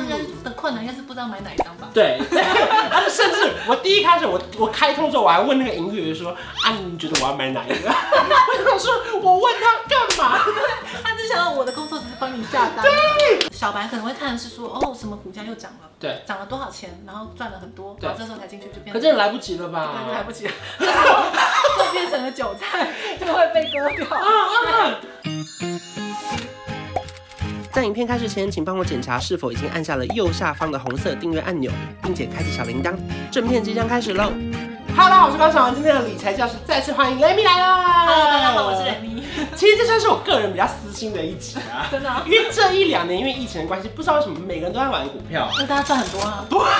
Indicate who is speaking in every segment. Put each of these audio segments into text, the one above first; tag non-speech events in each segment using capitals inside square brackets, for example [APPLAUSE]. Speaker 1: 应该是不知道买哪一张吧？
Speaker 2: 对， [LAUGHS] 而且甚至我第一开始我我开通之后，我还问那个营业员说啊，你觉得我要买哪一个？ [LAUGHS] 我想说，我问他干嘛？
Speaker 1: 他只想到我的工作只是帮你下单。小白可能会看的是说，哦，什么股价又涨了，
Speaker 2: [LAUGHS] 对，
Speaker 1: 涨了多少钱，然后赚了很多，
Speaker 2: 对
Speaker 1: 然后这时候才进去就变成，
Speaker 2: 可这来不及了
Speaker 1: 对就来
Speaker 2: 吧？
Speaker 1: 不及了，这时候就变成了韭菜，就会被割
Speaker 2: 嗯啊
Speaker 1: 掉。
Speaker 2: 在影片开始前，请帮我检查是否已经按下了右下方的红色订阅按钮，并且开启小铃铛。正片即将开始喽！Hello，我是高爽，今天的理财教师再次欢迎雷米来啦
Speaker 1: Hello，大家啊好，我是雷。米，
Speaker 2: 其实这算是我个人比较私心的一集啊，
Speaker 1: 真的啊
Speaker 2: 因为这一两年因为疫情的关系，不知道为什么每个人都在玩股票。
Speaker 1: 那大家赚很多啊。
Speaker 2: [LAUGHS]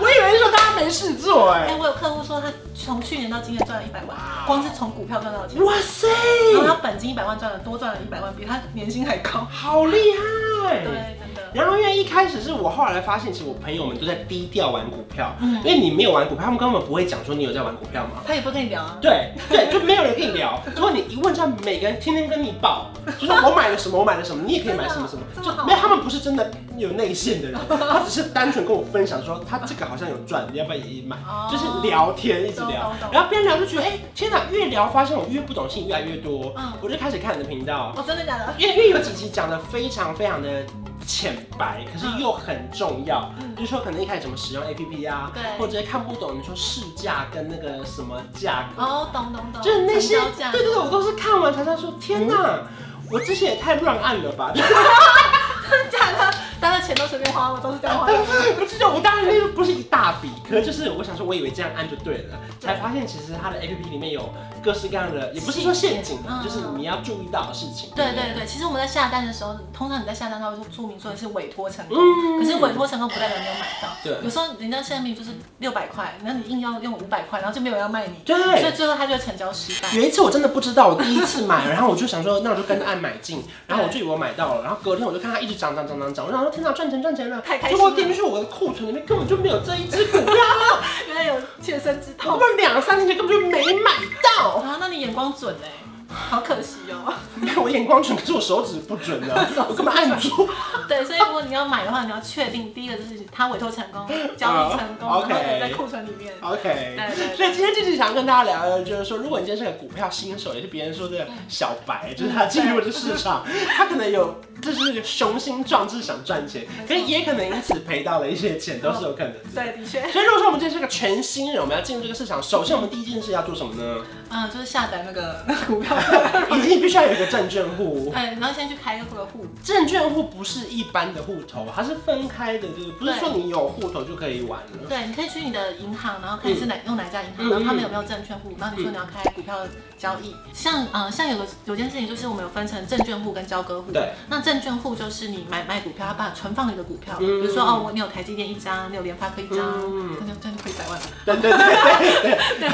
Speaker 2: 我以为说大家没事做哎、
Speaker 1: 哎、我有客户说他从去年到今年赚了一百万，光是从股票赚到的钱，
Speaker 2: 哇塞，
Speaker 1: 然后他本金一百万赚了，多赚了一百万，比他年薪还高。
Speaker 2: 好厉害！
Speaker 1: 对，真的。
Speaker 2: 然后因为一开始是我后来发现，其实我朋友们都在低调玩股票，
Speaker 1: 嗯
Speaker 2: 因为你没有玩股票，他们根本不会讲说你有在玩股票吗？
Speaker 1: 他也不跟你聊啊，
Speaker 2: 对对，就没有人跟你聊。如果你一问，这样每个人天天跟你报，就说我买了什么，我买了什么，你也可以买什么什么，
Speaker 1: 真的
Speaker 2: 就
Speaker 1: 这么好
Speaker 2: 没有他们不是真的有内线的人，他只是单纯跟我分享说他这个好像有赚，你要不要也买
Speaker 1: 哦？
Speaker 2: 就是聊天一直聊
Speaker 1: 懂懂懂，
Speaker 2: 然后边聊就觉得哎、天哪，越聊发现我越不懂事情越来越多
Speaker 1: 嗯，
Speaker 2: 我就开始看你的频道，
Speaker 1: 哦，真的假的？
Speaker 2: 因为因为有几集讲的非常非常的浅白，可是又很重要。
Speaker 1: 嗯
Speaker 2: 比如说可能一开始怎么使用 APP 啊，
Speaker 1: 对
Speaker 2: 或者看不懂你说市价跟那个什么价格，
Speaker 1: 哦，懂懂懂，
Speaker 2: 就是那些
Speaker 1: 成交价嗯
Speaker 2: 对对对，我都是看完才在说，天哪，我之前也太乱按了
Speaker 1: [LAUGHS]
Speaker 2: 吧。
Speaker 1: 真的假的？大家钱都随便花，我都是这样花 [LAUGHS] 的。
Speaker 2: 不是，我当然那个不是一大笔，可是就是我想说，我以为这样按就对了，才发现其实它的 A P P 里面有各式各样的，也不是说陷阱啊，
Speaker 1: 嗯
Speaker 2: 就是你要注意到的事情。
Speaker 1: 对对对，其实我们在下单的时候，通常你在下单，他会注明说你是委托成功，
Speaker 2: 嗯
Speaker 1: 可是委托成功不代表你有买到。
Speaker 2: 对
Speaker 1: 有时候人家现在明明就是六百块，然后你硬要用五百块，然后就没有人要卖你，
Speaker 2: 对
Speaker 1: 所以最后他就成交失败。
Speaker 2: 有一次我真的不知道，我第一次买，然后我就想说，那我就跟着按买
Speaker 1: [LAUGHS] 嗯
Speaker 2: 进，然后我就以为我买到了，然后隔天我就看它一直涨涨涨涨涨，我想说天哪，赚钱赚钱了，
Speaker 1: 太 [LAUGHS] 开心
Speaker 2: 结
Speaker 1: 了
Speaker 2: 果点进去我的库存里面根本就没有这一
Speaker 1: [LAUGHS]
Speaker 2: 只股票，
Speaker 1: [LAUGHS] 原来有切身之
Speaker 2: 我
Speaker 1: 痛。
Speaker 2: 们两三天就根本就没买到。
Speaker 1: 啊，那你眼光准哎、好可惜 [LAUGHS] 哦。
Speaker 2: [LAUGHS] 我眼光准，可是我手指不准啊，
Speaker 1: [LAUGHS]
Speaker 2: 我根本按住。
Speaker 1: 对，所以如果你要买的话，你要确定第一个就是他委托成 [LAUGHS] 功，交易成功，然
Speaker 2: 哦
Speaker 1: 后
Speaker 2: ，OK
Speaker 1: 你在库存里面。
Speaker 2: OK，
Speaker 1: 对对对
Speaker 2: 所以今天这集想跟大家聊的就是说，如果你今天是个股票新手，也是别人说的小白，就是他进入这市场，他可能有就是雄心壮志想赚钱，
Speaker 1: 错
Speaker 2: 可是也可能因此赔到了一些钱，都是有可能的。
Speaker 1: 对，的确，
Speaker 2: 所以如果说我们今天是个全新人，我们要进入这个市场，首先我们第一件事要做什
Speaker 1: [LAUGHS]
Speaker 2: 么呢？
Speaker 1: 嗯，就是下载那个 [LAUGHS] 股票，
Speaker 2: 一定必须要有一个证券户。
Speaker 1: 哎，然后先去开一个户，
Speaker 2: 证券户不是一般的户头，它是分开的，就是不是说你有户头就可以玩了。
Speaker 1: 对，你可以去你的银行，然后看你
Speaker 2: 嗯
Speaker 1: 是哪、用哪一家银行，然后他们有没有证券户，然后你说你要开股票交易，像呃像有个有件事情就是我们有分成证券户跟交割户，
Speaker 2: 对，
Speaker 1: 那证券户就是你买卖股票，他把存放你的股票，
Speaker 2: 嗯
Speaker 1: 比如说哦我你有台积电一张，你有联发科一张，
Speaker 2: 嗯
Speaker 1: 这样这样就亏一百万了，
Speaker 2: 对对对对对，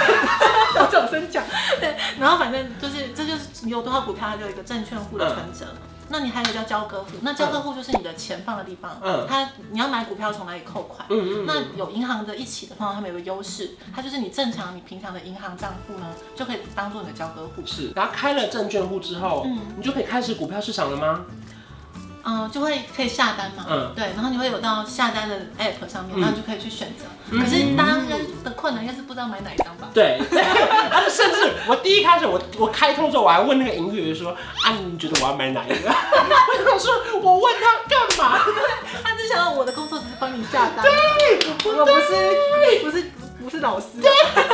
Speaker 1: 小掌声讲，对，然后反正就是这就是你有多少股票，它就有一个证券户的存折。
Speaker 2: 嗯
Speaker 1: 那你还有一个叫交割户，那交割户就是你的钱放的地方，
Speaker 2: 嗯
Speaker 1: 它你要买股票从哪里扣款，
Speaker 2: 嗯嗯嗯。
Speaker 1: 那有银行的一起的，通常他们有个优势，它就是你正常你平常的银行账户呢，就可以当做你的交割户，
Speaker 2: 是，嗯然后开了证券户之后，
Speaker 1: 嗯
Speaker 2: 你就可以开始股票市场了吗？
Speaker 1: 嗯、就会可以下单嘛，
Speaker 2: 嗯
Speaker 1: 对，然后你会有到下单的 app 上面，
Speaker 2: 嗯
Speaker 1: 然后你就可以去选择。
Speaker 2: 嗯
Speaker 1: 可是大家应该的困难应该是不知道买哪一张吧？
Speaker 2: 对， [LAUGHS] 而且甚至我第一开始我我开通之后，我还问那个营业员说啊，你觉得我要买哪一个？我想说，我问他干嘛？
Speaker 1: [LAUGHS] 他只想要我的工作只是帮你下单，
Speaker 2: 对，
Speaker 1: 我不是不是不是老师，对，啊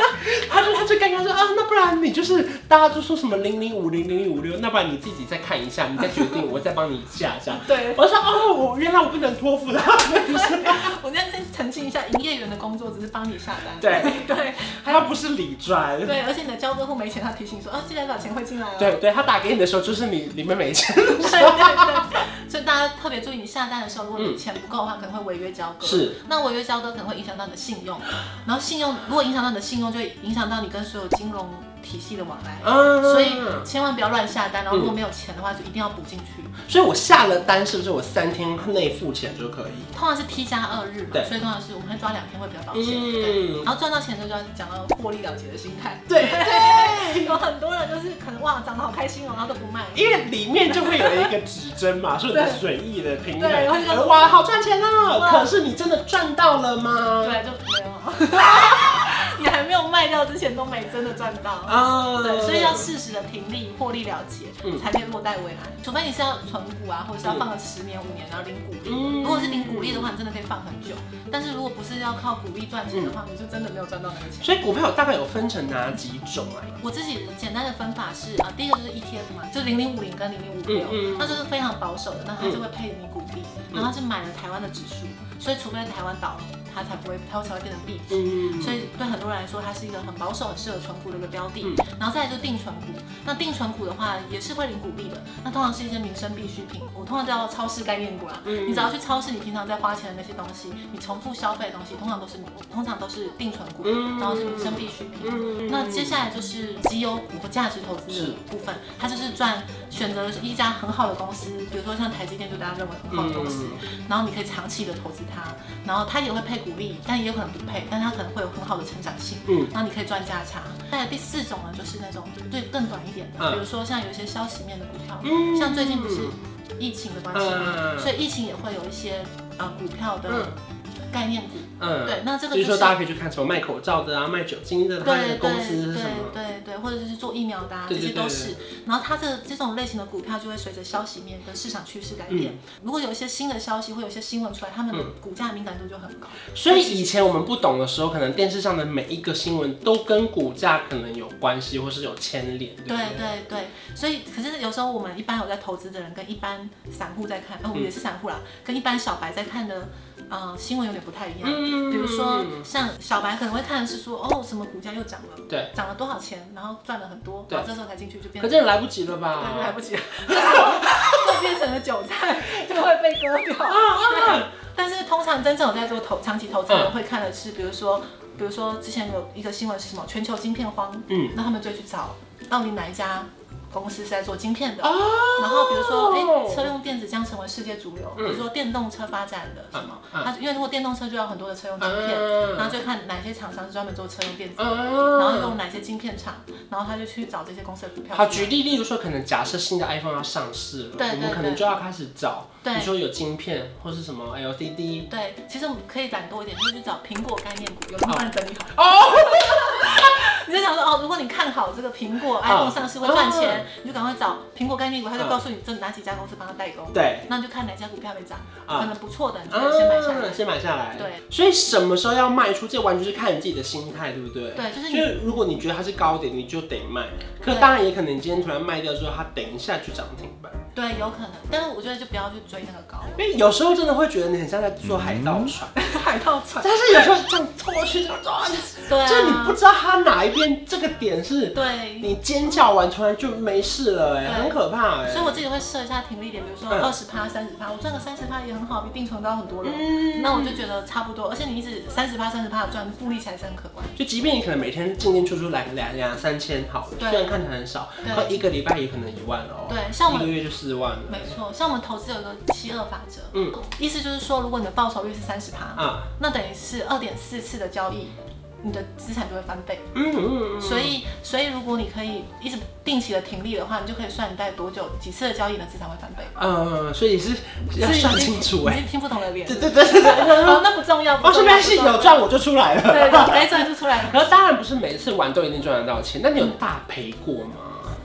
Speaker 2: 他就他就刚刚说啊，那不然你就是大家都说什么零零五零零零五六，那不然你自己再看一下，你再决定，我再帮你下
Speaker 1: [LAUGHS]
Speaker 2: 这样。
Speaker 1: 对
Speaker 2: 我说哦，我原来我不能
Speaker 1: [LAUGHS]
Speaker 2: 托付他，不是，
Speaker 1: 我现在先澄清一下，营业员的工作只是帮你下单，
Speaker 2: 对，
Speaker 1: [LAUGHS] 对
Speaker 2: 他不是理专。
Speaker 1: 对，而且你的交割户没钱，他提醒说，哦，进来把钱汇进来哦。
Speaker 2: 对对，他打给你的时候就是你里面没钱。
Speaker 1: 对对对， [LAUGHS] 所以大家特别注意，你下单的时候，如果你钱不够的话，可能会违约交割。
Speaker 2: 是，
Speaker 1: 那违约交割可能会影响到你的信用，然后信用如果影响到你的信用，就会影响到你跟所有金融。体系的往来，
Speaker 2: 嗯，
Speaker 1: 所以千万不要乱下单。然后如果没有钱的话，就一定要补进去。
Speaker 2: 所以我下了单，是不是我三天内付钱就可以？
Speaker 1: 通常是 T 加二日嘛
Speaker 2: 对，
Speaker 1: 所以通常是我们会抓两天会比较保险。对，
Speaker 2: 嗯，
Speaker 1: 然后赚到钱的时候就要讲到获利了结的心态。
Speaker 2: 对
Speaker 1: [LAUGHS]
Speaker 2: 对，
Speaker 1: 有很多人就是可能哇涨得好开心哦，然后都不卖。
Speaker 2: 因为里面就会有一个指针
Speaker 1: [LAUGHS]
Speaker 2: 嘛，是你的损益的平衡。
Speaker 1: 对然后就
Speaker 2: 呃哇，好赚钱哦！
Speaker 1: 哇
Speaker 2: 可是你真的赚到了吗？
Speaker 1: 对，就没有。 [LAUGHS] 你还没有卖掉之前都没真的赚到。
Speaker 2: 啊，
Speaker 1: 对，所以要适时的停利，获利了结，
Speaker 2: 嗯
Speaker 1: 才可以落袋为安。除非你是要存股啊，或者是要放个十年、五年，然后领股利。
Speaker 2: 嗯
Speaker 1: 如果是领股利的话，你真的可以放很久。但是如果不是要靠股利赚钱的
Speaker 2: 嗯
Speaker 1: 话，你就真的没有赚到那个钱。
Speaker 2: 所以股票大概有分成哪几种啊？
Speaker 1: 我自己简单的分法是啊、呃第一个就是 ETF 嘛，就零零五零跟零零五
Speaker 2: 嗯
Speaker 1: 六
Speaker 2: 嗯，
Speaker 1: 那这是非常保守的，那它是会配你股利，
Speaker 2: 嗯
Speaker 1: 然后它是买了台湾的指数，所以除非台湾倒了，它才不会，它才会变成币值。
Speaker 2: 嗯，
Speaker 1: 所以对很多人来说，它是一个很保守、很适合存股的一个标的
Speaker 2: 嗯。
Speaker 1: 然后再来就是定存股，那定存股的话也是会领股利的，那通常是一些民生必需品，我通常叫超市概念股啦。
Speaker 2: 嗯
Speaker 1: 你只要去超市，你平常在花钱的那些东西，你重复消费的东西，通常都是通常都是定存股，
Speaker 2: 嗯
Speaker 1: 然后是民生必需品。
Speaker 2: 嗯
Speaker 1: 那接下来就是绩优股和价值投资的部分，它就是赚选择一家很好的公司，比如说像台积电，就大家认为
Speaker 2: 嗯
Speaker 1: 很好的公司，然后你可以长期的投资它，然后它也会配股利，但也有可能不配，但它可能会有很好的成长性，
Speaker 2: 嗯
Speaker 1: 然后你可以赚价差。再来第四种呢，就是那种对更短一点的，
Speaker 2: 嗯
Speaker 1: 比如说像有一些消息面的股票，
Speaker 2: 嗯
Speaker 1: 像最近不是疫情的关系嘛，
Speaker 2: 嗯
Speaker 1: 所以疫情也会有一些呃股票的
Speaker 2: 嗯
Speaker 1: 概念股，
Speaker 2: 嗯，
Speaker 1: 对，那这个
Speaker 2: 所以
Speaker 1: 就
Speaker 2: 说
Speaker 1: 是。
Speaker 2: 大家可以去看什么卖口罩的啊，卖酒精的，它的
Speaker 1: 对对
Speaker 2: 公司是
Speaker 1: 对
Speaker 2: 什么？
Speaker 1: 对对，或者是做疫苗的、啊，
Speaker 2: 对
Speaker 1: 这
Speaker 2: 对
Speaker 1: 些
Speaker 2: 对
Speaker 1: 都是。然后它这这种类型的股票就会随着消息面跟市场趋势改
Speaker 2: 嗯
Speaker 1: 变。如果有一些新的消息或有一些新闻出来，他们的股价敏感度就很高。
Speaker 2: 所以以前我们不懂的时候，可能电视上的每一个新闻都跟股价可能有关系，或是有牵连，对不
Speaker 1: 对
Speaker 2: 对？
Speaker 1: 对对，所以可是有时候我们一般有在投资的人跟一般散户在看，呃，我
Speaker 2: 嗯
Speaker 1: 们也是散户啦，跟一般小白在看的，呃，新闻有点不太一样。
Speaker 2: 嗯
Speaker 1: 比如说像小白可能会看的是说，哦，什么股价又涨了，
Speaker 2: 对，
Speaker 1: 涨了多少钱，然后赚了很多，
Speaker 2: 对
Speaker 1: 然后这时候才进去就变
Speaker 2: 可
Speaker 1: 成。
Speaker 2: 这来不啊及了
Speaker 1: 对，来
Speaker 2: 吧？
Speaker 1: 不及了，就变成了韭菜，就会被割掉。对但是通常真正有在做投长期投资
Speaker 2: 嗯
Speaker 1: 的人会看的是，比如说，比如说之前有一个新闻是什么全球晶片荒，
Speaker 2: 嗯，
Speaker 1: 那他们就会去找到底哪一家公司是在做晶片的，
Speaker 2: 哦，
Speaker 1: 然后比如说，哎、车用电子将成为世界主流，比如说电动车发展的什么，
Speaker 2: 嗯嗯嗯
Speaker 1: 它因为如果电动车就要很多的车用晶片，然
Speaker 2: 嗯
Speaker 1: 后就看哪些厂商是专门做车用电子，
Speaker 2: 嗯
Speaker 1: 然后用哪些晶片厂，然后他就去找这些公司的股票去买。
Speaker 2: 好，举例，例如说，可能假设新的 iPhone 要上市了，
Speaker 1: 对
Speaker 2: 我们
Speaker 1: 对
Speaker 2: 可能
Speaker 1: 对
Speaker 2: 就要开始找，
Speaker 1: 对
Speaker 2: 你说有晶片或是什么 LCD，
Speaker 1: 对，其实我们可以懒多一点，就是去找苹果概念股，有人帮你整理好。
Speaker 2: 哦，
Speaker 1: [LAUGHS] 你就想说，哦，如果你看好这个苹果 iPhone 上市会赚钱，你就赶快找苹果概念股，他就告诉你这哪几家公司帮他代工，
Speaker 2: 对，
Speaker 1: 那你就看哪家股票会涨，
Speaker 2: 啊
Speaker 1: 可能不错的，你就可以先买下来
Speaker 2: 嗯。先买下来。
Speaker 1: 对，
Speaker 2: 所以什么时候要卖出，这完全是看你自己的心态，对不对？
Speaker 1: 对就是你
Speaker 2: 就是如果你觉得它是高点，你就得卖。可
Speaker 1: 对
Speaker 2: 当然也可能你今天突然卖掉之后，它等一下去涨停板。
Speaker 1: 对，有可能，但是我觉得就不要去追那个高
Speaker 2: 因为有时候真的会觉得你很像在坐 [LAUGHS] 海盗船，
Speaker 1: 海盗船。
Speaker 2: [LAUGHS] 但是有时候这样拖过去这样抓，
Speaker 1: [LAUGHS] 对
Speaker 2: 就是你不
Speaker 1: 啊，
Speaker 2: 知道它哪一边这个点是
Speaker 1: 对。
Speaker 2: 你尖叫完突然就没事了，哎，
Speaker 1: 对
Speaker 2: 很可怕哎
Speaker 1: 所以。我自己会设一下停利点，比如说
Speaker 2: 嗯
Speaker 1: 二十趴、三十趴，我赚个三十趴也很好，比定存高很多了。
Speaker 2: 嗯
Speaker 1: 那我就觉得差不多，而且你一直三十趴、三十趴的赚，复利起来是很可观。
Speaker 2: 就即便你可能每天进进出出来两两三千好了，
Speaker 1: 对
Speaker 2: 虽然看起来很少，
Speaker 1: 对
Speaker 2: 可一个礼拜也可能一万了哦。
Speaker 1: 对像我
Speaker 2: 一
Speaker 1: 们
Speaker 2: 个月就四万了。
Speaker 1: 没错，像我们投资有一个七二法则，
Speaker 2: 嗯
Speaker 1: 嗯，意思就是说，如果你的报酬率是三十趴，
Speaker 2: 啊，
Speaker 1: 那等于是二点四次的交易，你的资产就会翻倍。
Speaker 2: 嗯嗯嗯，
Speaker 1: 所以，所以如果你可以一直定期的停利的话，你就可以算你带多久几次的交易，你的资产会翻倍。
Speaker 2: 呃，所以是要
Speaker 1: 是
Speaker 2: 算清楚哎。
Speaker 1: 你是听不懂的脸。[LAUGHS]
Speaker 2: 对对对对对，
Speaker 1: 好，那不重要，
Speaker 2: 我
Speaker 1: 不
Speaker 2: 这
Speaker 1: 重
Speaker 2: 边
Speaker 1: 要。
Speaker 2: 是
Speaker 1: 不重要
Speaker 2: 有赚我就出来了。
Speaker 1: 对，对该赚就出来了。
Speaker 2: 可是当然不是每一次玩都一定赚得到钱，那你有大赔过吗？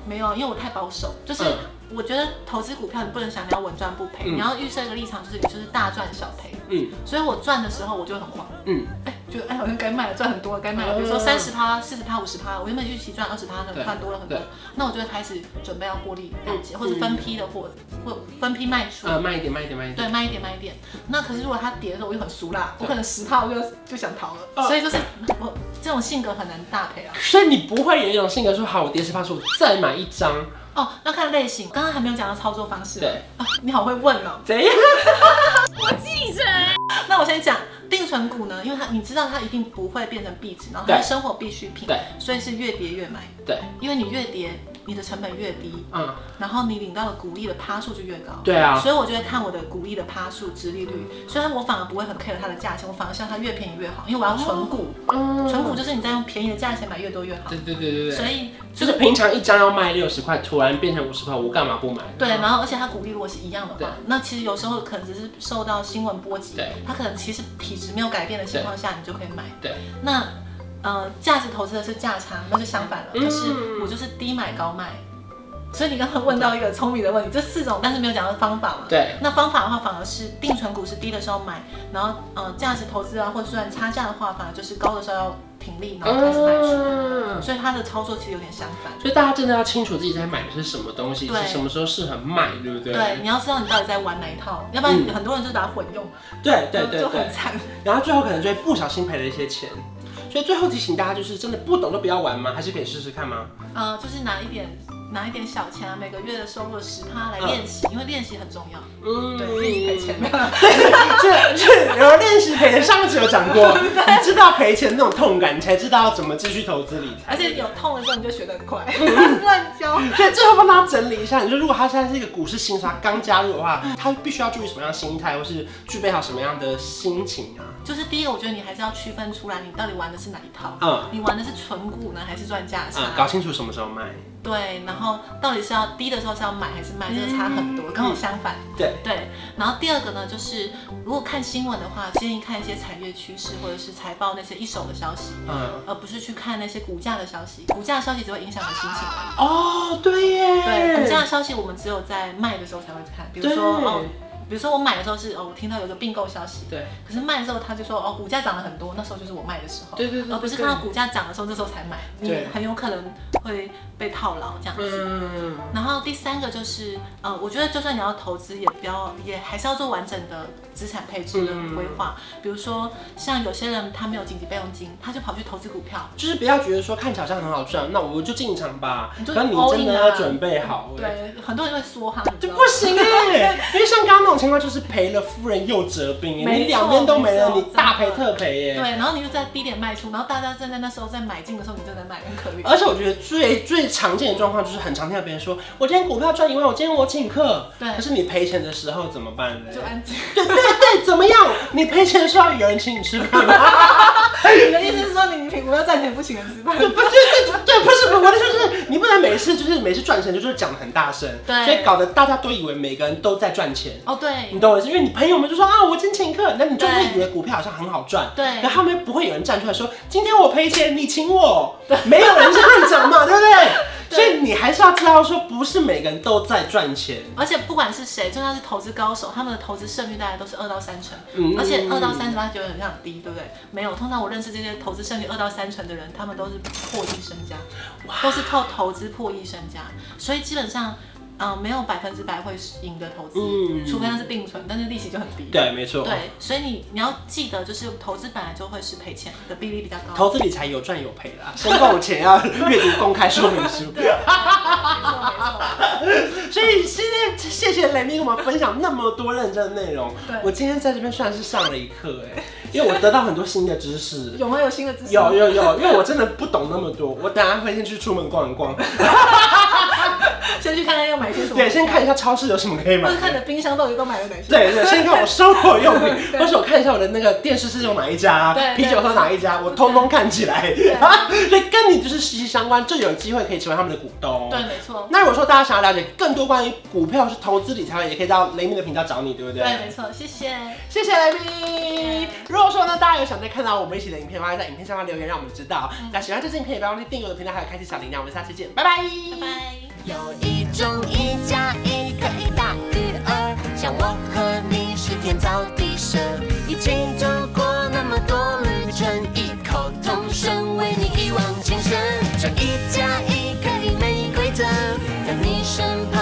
Speaker 1: 没有，因为我太保守，就是
Speaker 2: 嗯
Speaker 1: 我觉得投资股票你不能想你要稳赚不赔，
Speaker 2: 嗯
Speaker 1: 你要预设一个立场，就是你就是大赚小赔。
Speaker 2: 嗯
Speaker 1: 所以我赚的时候我就会很慌。
Speaker 2: 嗯，
Speaker 1: 哎，觉得哎好像该卖了，赚很多了，该卖了。
Speaker 2: 嗯
Speaker 1: 比如说三十趴、四十趴、五十趴，我原本预期赚二十趴，可能赚多了很多
Speaker 2: 对，
Speaker 1: 那我就会开始准备要获利了结，
Speaker 2: 嗯
Speaker 1: 或者分批的获，或分批卖出。
Speaker 2: 呃，慢一点，慢一点，慢一点。
Speaker 1: 对，卖一点，卖一点。那可是如果它跌的时候，我又很俗辣，我可能十趴我就就想逃
Speaker 2: 嗯
Speaker 1: 了。所以就是我这种性格很难搭配啊。
Speaker 2: 所以你不会有一种性格说，好，我跌十趴，说我再买一张，
Speaker 1: 哦，要看类型。刚刚还没有讲到操作方式。
Speaker 2: 对
Speaker 1: 啊，你好会问哦。
Speaker 2: 怎样？
Speaker 1: 哦 [LAUGHS] 那我先讲定存股呢，因为它你知道它一定不会变成币值，然后它
Speaker 2: 对
Speaker 1: 是生活必需品，
Speaker 2: 对，
Speaker 1: 所以是越跌越买，
Speaker 2: 对，
Speaker 1: 因为你越跌，你的成本越低，
Speaker 2: 嗯，
Speaker 1: 然后你领到的股利的趴数就越高。
Speaker 2: 对啊，
Speaker 1: 所以我就会看我的股利的趴数、殖利率，虽然我反而不会很 care 它的价钱，我反而希望它越便宜越好，因为我要存股，
Speaker 2: 嗯，
Speaker 1: 存股就是你在用便宜的价钱买越多越好。
Speaker 2: 对对对对对，
Speaker 1: 所以
Speaker 2: 就是平常一张要卖六十块，突然变成五十块，我干嘛不买？
Speaker 1: 对，然后而且它股利如果是一样的
Speaker 2: 对
Speaker 1: 话，那其实有时候可能只是受到新闻波及
Speaker 2: 对，
Speaker 1: 它可能其实体质没有改变的情况下，你就可以买。
Speaker 2: 对，
Speaker 1: 那呃，价值投资的是价差，那就相反了。
Speaker 2: 嗯
Speaker 1: 可是我就是低买高卖，所以你刚刚问到一个聪明的问题，这四种但是没有讲到方法嘛？
Speaker 2: 对，
Speaker 1: 那方法的话，反而是定存股是低的时候买，然后呃价值投资啊，或者算差价的话，反而就是高的时候要停利，
Speaker 2: 哦
Speaker 1: 然后开始卖出。
Speaker 2: 嗯，
Speaker 1: 所以它的操作其实有点相反。
Speaker 2: 所以大家真的要清楚自己在买的是什么东西，
Speaker 1: 对
Speaker 2: 是什么时候适合卖，对不对？嗯
Speaker 1: 对，你要知道你到底在玩哪一套，要不然很多人就是把它混用，
Speaker 2: 对对对
Speaker 1: 嗯就
Speaker 2: 对
Speaker 1: 很，惨。
Speaker 2: 然后最后可能就会不小心赔了一些钱。所以最后提醒大家，就是真的不懂就不要玩吗？还是可以试试看吗？
Speaker 1: 呃，就是拿一点拿一点小钱啊，每个月的收入十趴来
Speaker 2: 嗯
Speaker 1: 练习，因为练习很重要。
Speaker 2: 嗯，
Speaker 1: 对，自己赔钱没有
Speaker 2: [LAUGHS] 这这，然后练习赔的上次有讲
Speaker 1: [LAUGHS]
Speaker 2: 过，你知道赔钱那种痛感，你才知道怎么继续投资理财。
Speaker 1: 而且有痛的时候你就学得很
Speaker 2: [LAUGHS]
Speaker 1: 快，乱教。
Speaker 2: 所以最后帮大家整理一下，你说如果他现在是一个股市新手，他刚加入的话，
Speaker 1: 嗯
Speaker 2: 他必须要注意什么样的心态，或是具备好什么样的心情啊？
Speaker 1: 就是第一个，我觉得你还是要区分出来，你到底玩的是哪一套。
Speaker 2: 嗯
Speaker 1: 你玩的是纯股呢，还是赚价
Speaker 2: 嗯，
Speaker 1: 差？
Speaker 2: 搞清楚什么时候卖。
Speaker 1: 对，然后到底是要低的时候是要买还是卖，这个差很多，刚好相反。
Speaker 2: 嗯对，
Speaker 1: 对，然后第二个呢，就是如果看新闻的话，建议看一些产业趋势或者是财报那些一手的消息，
Speaker 2: 嗯，
Speaker 1: 而不是去看那些股价的消息。股价的消息只会影响你心情而已。
Speaker 2: 哦，对耶，
Speaker 1: 对，股价的消息我们只有在卖的时候才会看，比如
Speaker 2: 对
Speaker 1: 说哦，比如说我买的时候是哦，我听到有个并购消息，
Speaker 2: 对
Speaker 1: 可是卖的时候他就说哦，股价涨了很多，那时候就是我卖的时候。
Speaker 2: 对对对，
Speaker 1: 而不是
Speaker 2: 对
Speaker 1: 看到，股价涨的时候，这时候才买，
Speaker 2: 对
Speaker 1: 你很有可能会被套牢这样
Speaker 2: 对
Speaker 1: 子。
Speaker 2: 嗯，
Speaker 1: 然后第三个就是，呃，我觉得就算你要投资，也不要，也还是要做完整的资产配置的
Speaker 2: 嗯
Speaker 1: 规划。比如说，像有些人他没有紧急备用金，他就跑去投资股票。
Speaker 2: 就是不要觉得说看起来好像很好赚，那我就进场吧
Speaker 1: 你，就
Speaker 2: 但你
Speaker 1: all
Speaker 2: 真的
Speaker 1: in 啊
Speaker 2: 要准备好。哎。
Speaker 1: 对，很多人会说哈，你知
Speaker 2: 这
Speaker 1: 道吗
Speaker 2: 不行
Speaker 1: [LAUGHS]
Speaker 2: 哎、因为像刚刚那种情况，就是赔了夫人又折兵哎，
Speaker 1: 没
Speaker 2: 你
Speaker 1: 错
Speaker 2: 两边都没了，
Speaker 1: 没
Speaker 2: 你
Speaker 1: 错
Speaker 2: 大赔特赔耶。
Speaker 1: 对，然后你就在低点卖出，然后大家正在那时候在买进的时候，你正在卖，很可怜。
Speaker 2: 而且我觉得最最常见的状况就是很常听到别人说，我今天股票赚一万，我今天我请客。
Speaker 1: 对
Speaker 2: 可是你赔钱的时候怎么办呢？
Speaker 1: 就安静。
Speaker 2: [LAUGHS] 对对对，怎么样？你赔钱的时候有人请你吃饭吗？
Speaker 1: [LAUGHS]
Speaker 2: 哎
Speaker 1: 你的意思是说，你你股票赚钱不请人吃饭？
Speaker 2: 对不对对对，不是不是，我的就是你不能每次就是每次赚钱就是讲的很大声，
Speaker 1: 对
Speaker 2: 所以搞得大家都以为每个人都在赚钱。
Speaker 1: 哦，对
Speaker 2: 你，懂我意思？因为你朋友们就说啊，我今天请客，那你就会
Speaker 1: 对
Speaker 2: 以为股票好像很好赚，
Speaker 1: 对
Speaker 2: 可后面不会有人站出来说，今天我赔钱，你请我，没有人这样讲嘛，对不对？
Speaker 1: 对
Speaker 2: 所以你还是要知道说，不是每个人都在赚钱，
Speaker 1: 而且不管是谁，就算是投资高手，他们的投资胜率大概都是二到三成，
Speaker 2: 嗯
Speaker 1: 而且二到三成他觉得很像很低，对不对？没有，通常我认识这些投资胜率二到三成的人，他们都是破亿身家，都是靠投资破亿身家，所以基本上，嗯、没有百分之百会赢的投资，
Speaker 2: 嗯
Speaker 1: 除非它是定存，但是利息就很低。
Speaker 2: 对，没错，
Speaker 1: 对，所以你你要记得，就是投资本来就会是赔钱的比例比较高。
Speaker 2: 投资理财有赚有赔啦，申购前要阅读公开说明书。
Speaker 1: [LAUGHS] 没错没错。
Speaker 2: [LAUGHS] 所以现在谢谢雷明跟我们分享那么多认真的内容
Speaker 1: 对，
Speaker 2: 我今天在这边算是上了一课哎、因为我得到很多新的知识。
Speaker 1: [LAUGHS] 有没有新的知识？
Speaker 2: 有有有，因为我真的不懂那么多，我等下会先去出门逛
Speaker 1: [LAUGHS]
Speaker 2: 一逛，
Speaker 1: 先去看看要买些什么，
Speaker 2: 对，先看一下超市有什么可以买
Speaker 1: 或者。看你的冰箱到底都买了哪些。
Speaker 2: 对
Speaker 1: [LAUGHS]
Speaker 2: 对，先看我生活用品，
Speaker 1: 对
Speaker 2: 或是我看一下我的那个电视是用哪一家啊
Speaker 1: 对，对
Speaker 2: 啤酒喝哪一家，我通通看起来，所以跟 [LAUGHS] 你就是息息相关，就有机会可以成为他们的股东。
Speaker 1: 对，没错。
Speaker 2: 那如果说大家想要了解更多关于股票是投资理财，也可以到雷米的频道找你，对不对？
Speaker 1: 对，没错，谢谢。
Speaker 2: 谢谢来宾。如果说呢，大家有想再看到我们一起的影片的话，在影片下方留言，让我们知道。那喜欢这支影片，也不要忘记订阅我的频道，还有开启小铃铛。我们下期见，拜拜
Speaker 1: 拜拜。
Speaker 3: 有一种一加一可以大于二，像我和你是天造地设，一起走过那么多旅程，异口同声为你一往情深。这一加一可以没规则，在你身旁